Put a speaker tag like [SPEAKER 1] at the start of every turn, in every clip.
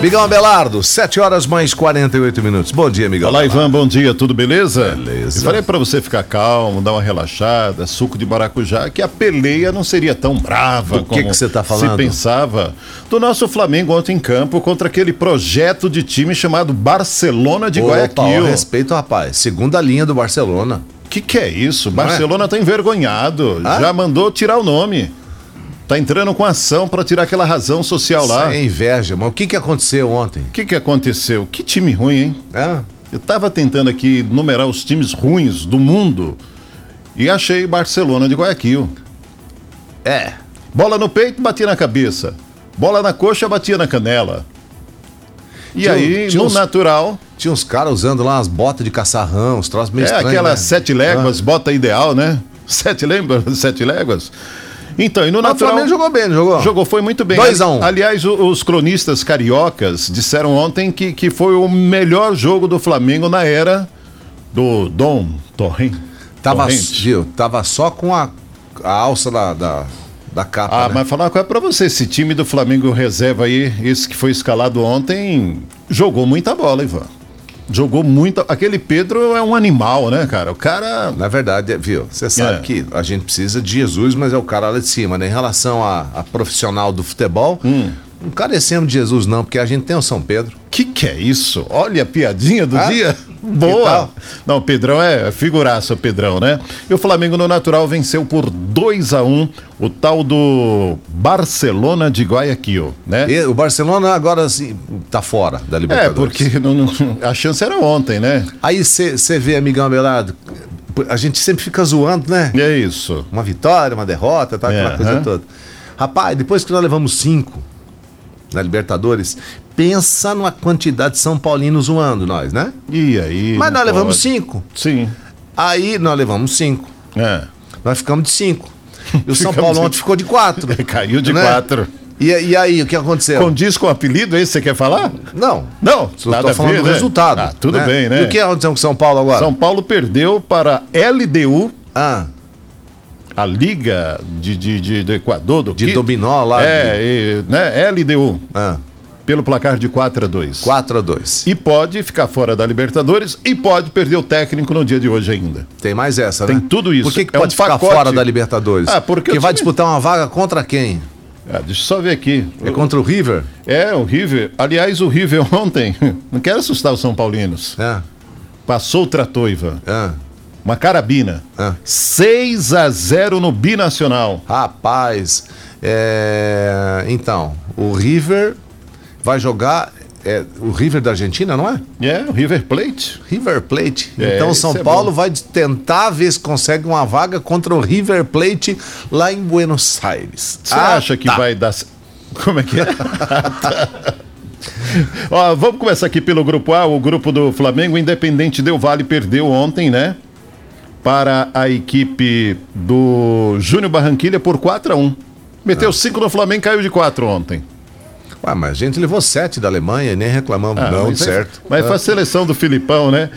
[SPEAKER 1] Miguel Abelardo, 7 horas mais 48 minutos. Bom dia, Miguel.
[SPEAKER 2] Olá, Ivan, bom dia, tudo beleza?
[SPEAKER 1] Beleza.
[SPEAKER 2] Eu falei pra você ficar calmo, dar uma relaxada, suco de maracujá, que a peleia não seria tão brava
[SPEAKER 1] Do que
[SPEAKER 2] como
[SPEAKER 1] que você tá falando?
[SPEAKER 2] se pensava. Do nosso Flamengo ontem em campo contra aquele projeto de time chamado Barcelona de
[SPEAKER 1] Opa, ó,
[SPEAKER 2] Guayaquil.
[SPEAKER 1] respeito, rapaz. Segunda linha do Barcelona.
[SPEAKER 2] Que que é isso?
[SPEAKER 1] é?
[SPEAKER 2] Barcelona tá envergonhado,
[SPEAKER 1] Ah?
[SPEAKER 2] já mandou tirar o nome. Tá entrando com ação pra tirar aquela razão social lá.
[SPEAKER 1] Sem inveja, mas o que, que aconteceu ontem?
[SPEAKER 2] O que que aconteceu? Que time ruim, hein?
[SPEAKER 1] Hã?
[SPEAKER 2] Eu tava tentando aqui numerar os times ruins do mundo e achei Barcelona de Guayaquil.
[SPEAKER 1] É.
[SPEAKER 2] Bola no peito, batia na cabeça. Bola na coxa, batia na canela. E
[SPEAKER 1] Tinha um-
[SPEAKER 2] aí,
[SPEAKER 1] tinha
[SPEAKER 2] no
[SPEAKER 1] uns-
[SPEAKER 2] natural,
[SPEAKER 1] Tinha uns caras usando lá as botas de caçarrão, os troços meio
[SPEAKER 2] é
[SPEAKER 1] estranhos.
[SPEAKER 2] aquelas
[SPEAKER 1] né?
[SPEAKER 2] sete léguas, bota ideal, né? Sete lembra? Sete léguas? Então, e no
[SPEAKER 1] Mas o
[SPEAKER 2] natural.
[SPEAKER 1] Flamengo jogou bem, não jogou?
[SPEAKER 2] Jogou, foi muito bem.
[SPEAKER 1] 2 a 1.
[SPEAKER 2] Aliás, o- os cronistas cariocas disseram ontem que, que foi o melhor jogo do Flamengo na era do Dom Torren.
[SPEAKER 1] Tava,
[SPEAKER 2] Torrente.
[SPEAKER 1] viu, tava só com a, a alça da, da, da capa.
[SPEAKER 2] Ah,
[SPEAKER 1] né?
[SPEAKER 2] mas falar uma coisa pra você, esse time do Flamengo reserva aí, esse que foi escalado ontem, jogou muita bola, Ivan. Jogou muita. Aquele Pedro é um animal, né, cara? O cara.
[SPEAKER 1] Na verdade, é, viu, você sabe
[SPEAKER 2] É.
[SPEAKER 1] que a gente precisa de Jesus, mas é o cara lá de cima, né? Em relação a, a profissional do futebol,
[SPEAKER 2] Hum.
[SPEAKER 1] não carecemos de Jesus, não, porque a gente tem o São Pedro.
[SPEAKER 2] Que que é isso? Olha a piadinha do
[SPEAKER 1] Ah,
[SPEAKER 2] dia.
[SPEAKER 1] tal?
[SPEAKER 2] Boa. Não, o Pedrão é figuraça, o Pedrão, né? E o Flamengo no natural venceu por 2 a 1 o tal do Barcelona de Guayaquil, né?
[SPEAKER 1] E o Barcelona agora sim tá fora da
[SPEAKER 2] É,
[SPEAKER 1] Libertadores.
[SPEAKER 2] porque não- não- a chance era ontem, né?
[SPEAKER 1] Aí você vê, amigão Abelardo, a gente sempre fica zoando, né?
[SPEAKER 2] E é isso.
[SPEAKER 1] Uma vitória, uma derrota, tá, aquela
[SPEAKER 2] É,
[SPEAKER 1] coisa
[SPEAKER 2] aham.
[SPEAKER 1] toda. Rapaz, depois que nós levamos cinco na Libertadores, pensa numa quantidade de São Paulinos zoando nós, né?
[SPEAKER 2] E aí?
[SPEAKER 1] Mas
[SPEAKER 2] não
[SPEAKER 1] nós levamos
[SPEAKER 2] pode.
[SPEAKER 1] cinco.
[SPEAKER 2] Sim.
[SPEAKER 1] Aí nós levamos cinco.
[SPEAKER 2] É.
[SPEAKER 1] Nós ficamos de cinco. E o São
[SPEAKER 2] Ficamos
[SPEAKER 1] Paulo
[SPEAKER 2] de-
[SPEAKER 1] ontem ficou de quatro.
[SPEAKER 2] Caiu de
[SPEAKER 1] né?
[SPEAKER 2] quatro.
[SPEAKER 1] E, e aí, o que aconteceu?
[SPEAKER 2] Condiz com o apelido, esse você quer falar?
[SPEAKER 1] Não.
[SPEAKER 2] Não,
[SPEAKER 1] Só
[SPEAKER 2] nada
[SPEAKER 1] tô
[SPEAKER 2] a
[SPEAKER 1] falando
[SPEAKER 2] ver,
[SPEAKER 1] do
[SPEAKER 2] né?
[SPEAKER 1] resultado.
[SPEAKER 2] Ah, tudo bem, né?
[SPEAKER 1] E o que é- aconteceu com o São Paulo agora?
[SPEAKER 2] São Paulo perdeu para LDU,
[SPEAKER 1] Ah,
[SPEAKER 2] a Liga de, de, de- do Equador, do
[SPEAKER 1] de
[SPEAKER 2] Quito.
[SPEAKER 1] dominó lá. de-
[SPEAKER 2] É, e, né? LDU,
[SPEAKER 1] Ah,
[SPEAKER 2] pelo placar de 4 a 2.
[SPEAKER 1] 4 a 2
[SPEAKER 2] E pode ficar fora da Libertadores e pode perder o técnico no dia de hoje ainda.
[SPEAKER 1] Tem mais essa,
[SPEAKER 2] Tem
[SPEAKER 1] né?
[SPEAKER 2] tudo isso.
[SPEAKER 1] Por que, que
[SPEAKER 2] É um
[SPEAKER 1] pode ficar
[SPEAKER 2] pacote.
[SPEAKER 1] fora da Libertadores?
[SPEAKER 2] Ah, porque o
[SPEAKER 1] vai
[SPEAKER 2] time-
[SPEAKER 1] disputar uma vaga contra quem?
[SPEAKER 2] Ah, deixa eu só ver aqui.
[SPEAKER 1] É contra o River?
[SPEAKER 2] É, o River. Aliás, o River ontem. Não quero assustar os São Paulinos.
[SPEAKER 1] É.
[SPEAKER 2] Passou o trator, Ivan.
[SPEAKER 1] é.
[SPEAKER 2] Uma carabina.
[SPEAKER 1] Ah.
[SPEAKER 2] 6 a 0 no Binacional.
[SPEAKER 1] Rapaz, é... então, o River vai jogar. é, o River da Argentina, não é?
[SPEAKER 2] É, o River Plate.
[SPEAKER 1] River Plate.
[SPEAKER 2] É,
[SPEAKER 1] então
[SPEAKER 2] isso
[SPEAKER 1] São
[SPEAKER 2] é bom.
[SPEAKER 1] Paulo vai tentar ver se consegue uma vaga contra o River Plate lá em Buenos Aires.
[SPEAKER 2] Você
[SPEAKER 1] Ah,
[SPEAKER 2] acha que
[SPEAKER 1] tá.
[SPEAKER 2] vai dar. c- Como é que é? Ó, vamos começar aqui pelo grupo A, o grupo do Flamengo. O Independente Del Vale perdeu ontem, né? Para a equipe do Júnior Barranquilha por 4 a 1
[SPEAKER 1] Ah.
[SPEAKER 2] Meteu 5 no Flamengo e caiu de 4 ontem.
[SPEAKER 1] Ué, mas a gente levou sete da Alemanha e nem reclamamos.
[SPEAKER 2] Ah,
[SPEAKER 1] não,
[SPEAKER 2] mas é-
[SPEAKER 1] certo. Ah.
[SPEAKER 2] Mas
[SPEAKER 1] É.
[SPEAKER 2] foi a seleção do Filipão, né?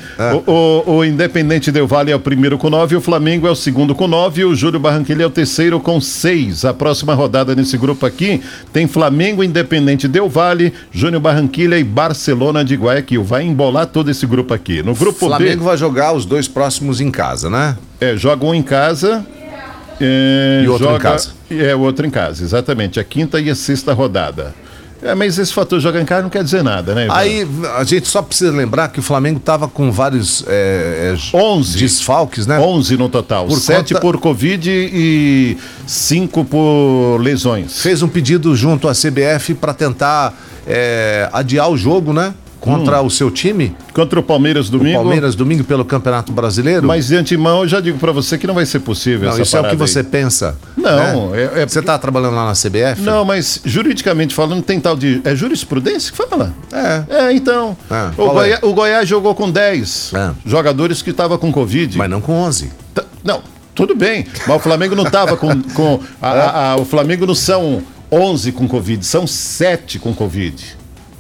[SPEAKER 2] O, o- o Independente Del Vale é o primeiro com nove, o Flamengo é o segundo com nove, e o Júlio Barranquilla é o terceiro com seis. A próxima rodada nesse grupo aqui tem Flamengo, Independente Del Vale, Júnior Barranquilla e Barcelona de Guayaquil. Vai embolar todo esse grupo aqui. No grupo
[SPEAKER 1] Flamengo vai jogar os dois próximos em casa, né?
[SPEAKER 2] D, é, joga um em casa. é,
[SPEAKER 1] E outro em
[SPEAKER 2] joga-
[SPEAKER 1] casa.
[SPEAKER 2] É, o outro em casa, exatamente. A quinta e a sexta rodada. É, mas esse fator jogar em casa não quer dizer nada, né? Ivan?
[SPEAKER 1] Aí a gente só precisa lembrar que o Flamengo tava com vários é, é,
[SPEAKER 2] 11.
[SPEAKER 1] desfalques, né?
[SPEAKER 2] 11 no total,
[SPEAKER 1] Por
[SPEAKER 2] 7
[SPEAKER 1] conta-
[SPEAKER 2] por Covid e 5 por lesões.
[SPEAKER 1] fez um pedido junto à CBF para tentar é, adiar o jogo, né? Contra o seu time,
[SPEAKER 2] Contra o Palmeiras Hum. domingo,
[SPEAKER 1] Palmeiras, domingo pelo Campeonato Brasileiro.
[SPEAKER 2] mas de antemão eu já digo pra você que não vai ser possível
[SPEAKER 1] não,
[SPEAKER 2] essa
[SPEAKER 1] isso é o que
[SPEAKER 2] parada
[SPEAKER 1] você
[SPEAKER 2] aí.
[SPEAKER 1] pensa.
[SPEAKER 2] Não,
[SPEAKER 1] né?
[SPEAKER 2] é- é
[SPEAKER 1] Você tá trabalhando lá na CBF?
[SPEAKER 2] Não, mas juridicamente falando, tem tal de. É jurisprudência que fala?
[SPEAKER 1] É.
[SPEAKER 2] É, então.
[SPEAKER 1] É,
[SPEAKER 2] o,
[SPEAKER 1] qual
[SPEAKER 2] Goiá- o Goiás jogou com 10
[SPEAKER 1] É.
[SPEAKER 2] jogadores que estavam com Covid.
[SPEAKER 1] Mas não com 11.
[SPEAKER 2] Tá- Não, tudo bem. Mas o Flamengo não estava com. com a- a- a- o Flamengo não são 11 com Covid, são 7 com Covid.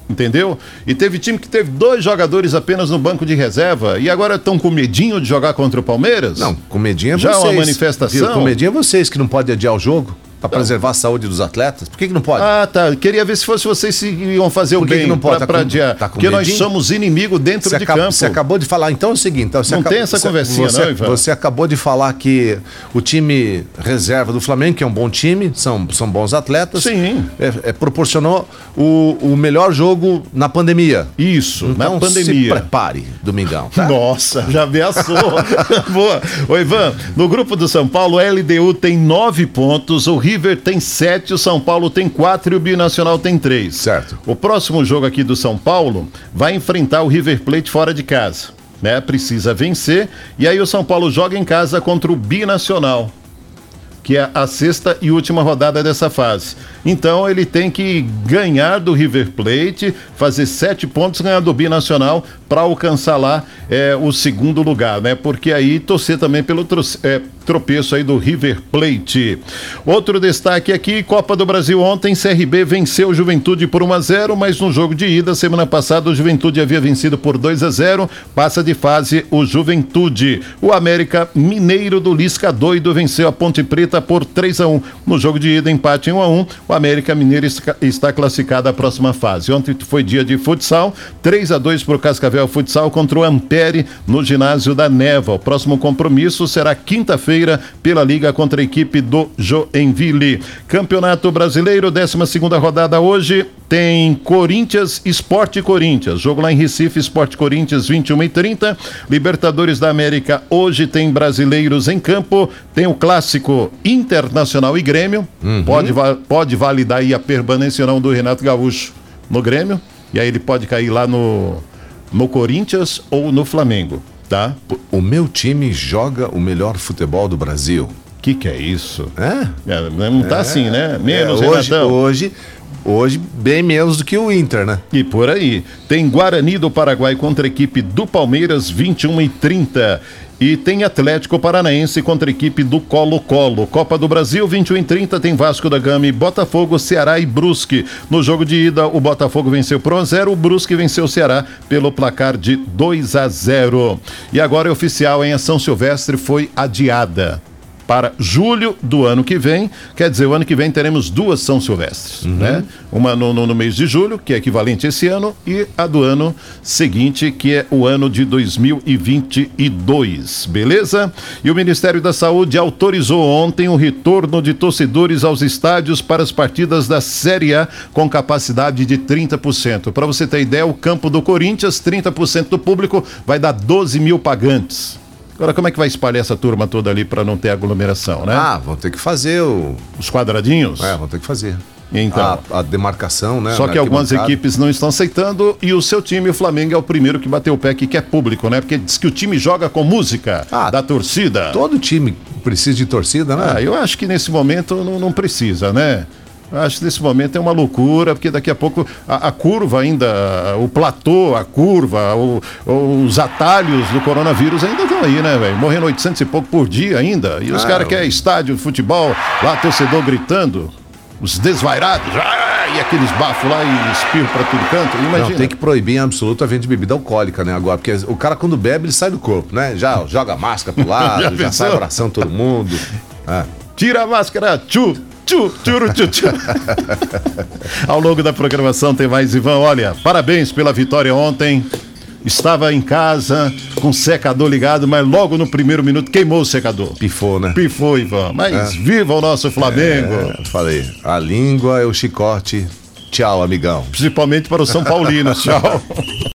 [SPEAKER 2] Entendeu? E teve time que teve dois jogadores apenas no banco de reserva e agora estão com medinho de jogar contra o Palmeiras?
[SPEAKER 1] Não, comedinha é
[SPEAKER 2] Já é
[SPEAKER 1] vocês.
[SPEAKER 2] uma manifestação?
[SPEAKER 1] Comedinha é vocês que não pode adiar o jogo. Para preservar a saúde dos atletas? Por que, que não pode?
[SPEAKER 2] Ah, tá. Queria ver se fosse vocês se iam fazer
[SPEAKER 1] Por
[SPEAKER 2] o
[SPEAKER 1] que
[SPEAKER 2] bem
[SPEAKER 1] que não pode?
[SPEAKER 2] pra,
[SPEAKER 1] Tá com-
[SPEAKER 2] pra adiar.
[SPEAKER 1] tá com
[SPEAKER 2] Porque nós
[SPEAKER 1] medinho?
[SPEAKER 2] somos inimigos dentro
[SPEAKER 1] Você,
[SPEAKER 2] de
[SPEAKER 1] acaba-
[SPEAKER 2] campo.
[SPEAKER 1] você acabou de falar, então é o seguinte. Então, você
[SPEAKER 2] Não
[SPEAKER 1] acaba-
[SPEAKER 2] tem essa
[SPEAKER 1] você-
[SPEAKER 2] conversinha,
[SPEAKER 1] você,
[SPEAKER 2] não, Ivan?
[SPEAKER 1] Você acabou de falar que o time reserva do Flamengo, que é um bom time, são, são bons atletas.
[SPEAKER 2] Sim.
[SPEAKER 1] é- é, proporcionou o, o melhor jogo na pandemia.
[SPEAKER 2] Isso, na
[SPEAKER 1] Então, se
[SPEAKER 2] pandemia.
[SPEAKER 1] prepare, Domingão. tá?
[SPEAKER 2] Nossa, já ameaçou. Boa. Ô, Ivan, no grupo do São Paulo, a LDU tem nove pontos, o River tem sete, o São Paulo tem quatro e o Binacional tem três.
[SPEAKER 1] Certo.
[SPEAKER 2] O próximo jogo aqui do São Paulo vai enfrentar o River Plate fora de casa. Né? Precisa vencer. E aí o São Paulo joga em casa contra o Binacional. Que é a sexta e última rodada dessa fase. Então ele tem que ganhar do River Plate, fazer sete pontos, ganhar do Binacional para alcançar lá é, o segundo lugar, né? Porque aí torcer também pelo troce- é, tropeço aí do River Plate. Outro destaque aqui: Copa do Brasil ontem, CRB venceu o Juventude por 1 a 0 mas no jogo de ida, semana passada, o Juventude havia vencido por 2 a 0 passa de fase o Juventude. O América Mineiro do Lisca Doido venceu a Ponte Preta por 3 a 1 No jogo de ida, empate em 1 a 1 o América Mineiro esca- está classificado à próxima fase. Ontem foi dia de futsal, 3 a 2 para o Cascavel Futsal contra o Ampere no ginásio da Neva. O próximo compromisso será quinta-feira pela Liga contra a equipe do Joinville. Campeonato Brasileiro, 12 segunda rodada hoje, tem Corinthians, Esporte Corinthians. Jogo lá em Recife, Esporte Corinthians, 21 e 30. Libertadores da América, hoje tem brasileiros em campo. Tem o clássico Internacional e Grêmio.
[SPEAKER 1] Uhum.
[SPEAKER 2] Pode, va- pode validar aí a permanência ou não do Renato Gaúcho no Grêmio. E aí ele pode cair lá no, no Corinthians ou no Flamengo, tá?
[SPEAKER 1] O meu time joga o melhor futebol do Brasil.
[SPEAKER 2] Que que é isso?
[SPEAKER 1] É?
[SPEAKER 2] É, não tá assim, né? Menos,
[SPEAKER 1] É, hoje,
[SPEAKER 2] Renatão.
[SPEAKER 1] hoje, hoje, bem menos do que o Inter, né?
[SPEAKER 2] E por aí, tem Guarani do Paraguai contra a equipe do Palmeiras, 21 e 30. E tem Atlético Paranaense contra a equipe do Colo-Colo. Copa do Brasil, 21 e 30, tem Vasco da Gama e Botafogo, Ceará e Brusque. No jogo de ida, o Botafogo venceu por 1x0, o Brusque venceu o Ceará pelo placar de 2 a 0 E agora é oficial, em São Silvestre foi adiada para julho do ano que vem. Quer dizer, o ano que vem teremos duas São Silvestres, né? Uma no, no- no mês de julho, que é equivalente a esse ano, e a do ano seguinte, que é o ano de 2022, beleza? E o Ministério da Saúde autorizou ontem o retorno de torcedores aos estádios para as partidas da Série A com capacidade de 30%. Para você ter ideia, o campo do Corinthians, 30% do público vai dar 12 mil pagantes. Agora, como é que vai espalhar essa turma toda ali para não ter aglomeração, né?
[SPEAKER 1] Ah, vão ter que fazer o.
[SPEAKER 2] Os quadradinhos?
[SPEAKER 1] É, vão ter que fazer.
[SPEAKER 2] Então.
[SPEAKER 1] A, a demarcação, né?
[SPEAKER 2] Só
[SPEAKER 1] na
[SPEAKER 2] que algumas
[SPEAKER 1] arquibancada.
[SPEAKER 2] equipes não estão aceitando e o seu time, o Flamengo, é o primeiro que bateu o pé aqui, que é público, né? Porque diz que o time joga com música
[SPEAKER 1] Ah,
[SPEAKER 2] da torcida.
[SPEAKER 1] Todo time precisa de torcida, né?
[SPEAKER 2] Ah, eu acho que nesse momento não, não precisa, né? Eu Acho que nesse momento é uma loucura, porque daqui a pouco a, a curva ainda, o platô, a curva, o- os atalhos do coronavírus ainda estão aí, né, velho? Morrendo 800 e pouco por dia ainda. E os
[SPEAKER 1] Ah,
[SPEAKER 2] caras que
[SPEAKER 1] eu-
[SPEAKER 2] é estádio, futebol, lá torcedor gritando, os desvairados, ah, e aqueles bafos lá e espirro pra tudo canto. Imagina.
[SPEAKER 1] Não, tem que proibir em absoluto a venda de bebida alcoólica, né? Agora, porque o cara quando bebe, ele sai do corpo, né? Já joga a máscara pro lado,
[SPEAKER 2] Já
[SPEAKER 1] já, sai
[SPEAKER 2] pensou?
[SPEAKER 1] abraçando todo mundo. É.
[SPEAKER 2] Tira a máscara, tchu, tchu, tchuru, tchu, tchu. Ao longo da programação tem mais, Ivan. Olha, parabéns pela vitória ontem. Estava em casa com o secador ligado, mas logo no primeiro minuto queimou o secador.
[SPEAKER 1] Pifou, né?
[SPEAKER 2] Pifou, Ivan. Mas viva o nosso Flamengo!
[SPEAKER 1] É, falei, a língua é o chicote. Tchau, amigão.
[SPEAKER 2] Principalmente para o São Paulino. Tchau.